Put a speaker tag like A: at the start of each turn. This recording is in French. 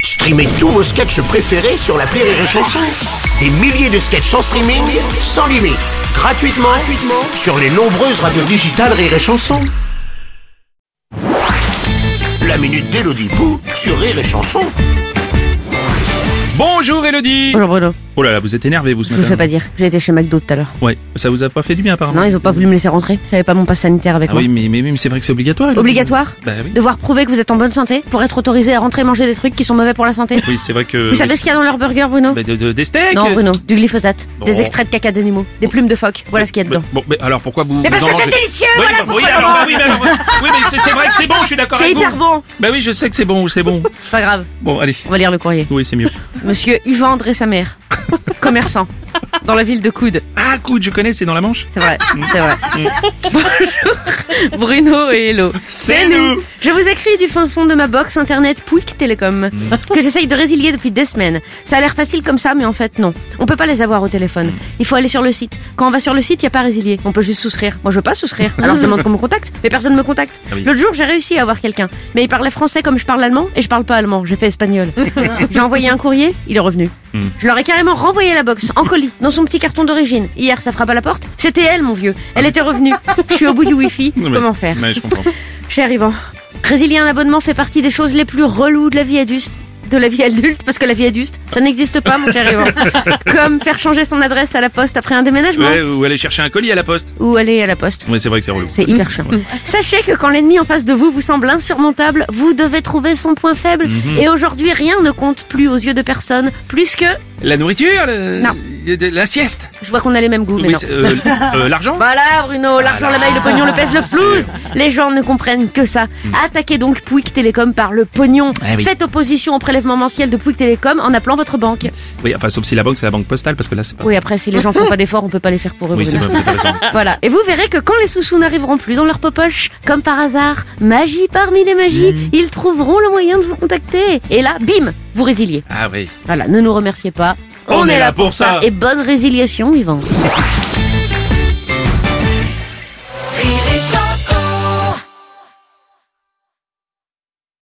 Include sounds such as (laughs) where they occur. A: Streamez tous vos sketchs préférés sur la Rire et Chanson. Des milliers de sketchs en streaming, sans limite, gratuitement, gratuitement sur les nombreuses radios digitales Rire et Chanson. La minute d'Elodie Pou sur Rire et Chanson.
B: Bonjour Elodie
C: Bonjour Bruno,
B: Oh là là, vous êtes énervé vous ce
C: je vous
B: matin
C: fais pas dire, j'ai été chez McDo tout à l'heure.
B: Ouais, ça vous a pas fait du bien apparemment
C: Non, ils ont pas voulu me laisser rentrer, j'avais pas mon passe sanitaire avec
B: Ah
C: moi.
B: oui, mais, mais, mais c'est vrai que c'est obligatoire Elodie.
C: Obligatoire
B: Bah oui,
C: Devoir prouver que vous êtes en bonne santé pour être autorisé à rentrer manger des trucs qui sont mauvais pour la santé.
B: Euh, oui c'est vrai que...
C: Vous savez ce qu'il y a dans leur burger Bruno
B: Bah, de- de- Des steaks
C: Non Bruno, du glyphosate,
B: Bon.
C: des extraits de caca d'animaux, des plumes de phoque, voilà ce qu'il y a dedans.
B: Bah, Bon, mais alors pourquoi vous...
C: Mais
B: vous
C: parce
B: en
C: que c'est
B: mangez
C: délicieux,
B: Oui,
C: voilà
B: bah, oui,
C: pourquoi
B: alors,
C: pas
B: bah oui, mais alors, oui, mais c'est- c'est vrai que c'est bon, je suis d'accord
C: C'est
B: avec vous
C: hyper bon
B: Bah oui, je sais que c'est bon, c'est bon
C: Pas grave,
B: Bon, allez,
C: on va lire
B: (laughs)
C: le courrier.
B: oui c'est mieux
C: Monsieur Yvan André
B: (laughs)
C: sa mère, commerçant, dans la ville de Coude.
B: Ah, écoute, je connais, c'est dans la Manche
C: C'est vrai, c'est vrai.
B: Mm.
C: Bonjour Bruno et Hello.
B: C'est nous.
C: Je vous écris du fin fond de ma box internet Pouic Télécom
B: Mm.
C: (laughs) que j'essaye de résilier depuis des semaines. Ça a l'air facile comme ça, mais en fait non. On peut pas les avoir au téléphone.
B: Mm.
C: Il faut aller sur le site. Quand on va sur le site, il y a pas résilier. On peut juste souscrire. Moi, je veux pas souscrire. Alors
B: (laughs)
C: je demande qu'on me contacte, mais personne me contacte.
B: Ah oui.
C: L'autre jour, j'ai réussi à avoir quelqu'un, mais il parlait français comme je parle allemand et je parle pas allemand. J'ai fait espagnol.
B: (laughs)
C: j'ai envoyé un courrier, il est revenu.
B: Mm.
C: Je leur ai carrément renvoyé la box en colis dans son petit carton d'origine. Hier, ça frappe à la porte. C'était elle, mon vieux. Elle était revenue. Je suis au bout du wifi.
B: Non, mais-
C: Comment faire
B: Mais je
C: (laughs)
B: comprends
C: Cher Yvan, résilier un abonnement fait partie des choses les plus reloues de la vie adulte. De la vie adulte, parce que la vie adulte, ça n'existe pas, mon cher
B: (laughs)
C: Yvan. Comme faire changer son adresse à la poste après un déménagement
B: Ouais, ou aller chercher un colis à la poste
C: ou aller à la poste.
B: Oui, c'est vrai que c'est relou
C: C'est
B: (laughs)
C: hyper chiant. Sachez que quand l'ennemi en face de vous vous semble insurmontable, vous devez trouver son point faible.
B: Mhm.
C: Et aujourd'hui, rien ne compte plus aux yeux de personne, plus que.
B: La nourriture le-
C: Non.
B: de- La sieste
C: Je vois qu'on a les mêmes goûts, mais
B: Oui,
C: non.
B: c'est- euh, euh,
C: (laughs)
B: L'argent
C: Voilà Bruno, l'argent, la maille, le pognon, le pèse, le flouze Les gens ne comprennent que ça. Attaquez donc Pouic Télécom par le pognon.
B: Ah Hmm. oui.
C: Faites opposition au prélèvement mensuel de Pouic Télécom en appelant votre banque.
B: Oui, enfin, sauf si la banque, c'est la banque postale, parce que là, c'est pas...
C: Oui, après, si les gens font pas d'efforts, on peut pas les faire pour eux,
B: Oui, c'est
C: Bruno.
B: pas c'est pas raison.
C: Voilà. Et vous verrez que quand les sous-sous n'arriveront plus dans leur popoche, comme par hasard, magie parmi les magies,
B: Hmm.
C: ils trouveront le moyen de vous contacter. Et là, bim, vous résiliez.
B: Ah oui
C: Voilà, ne nous remerciez pas.
B: On est là pour ça.
C: Et bonne résiliation, Yvan.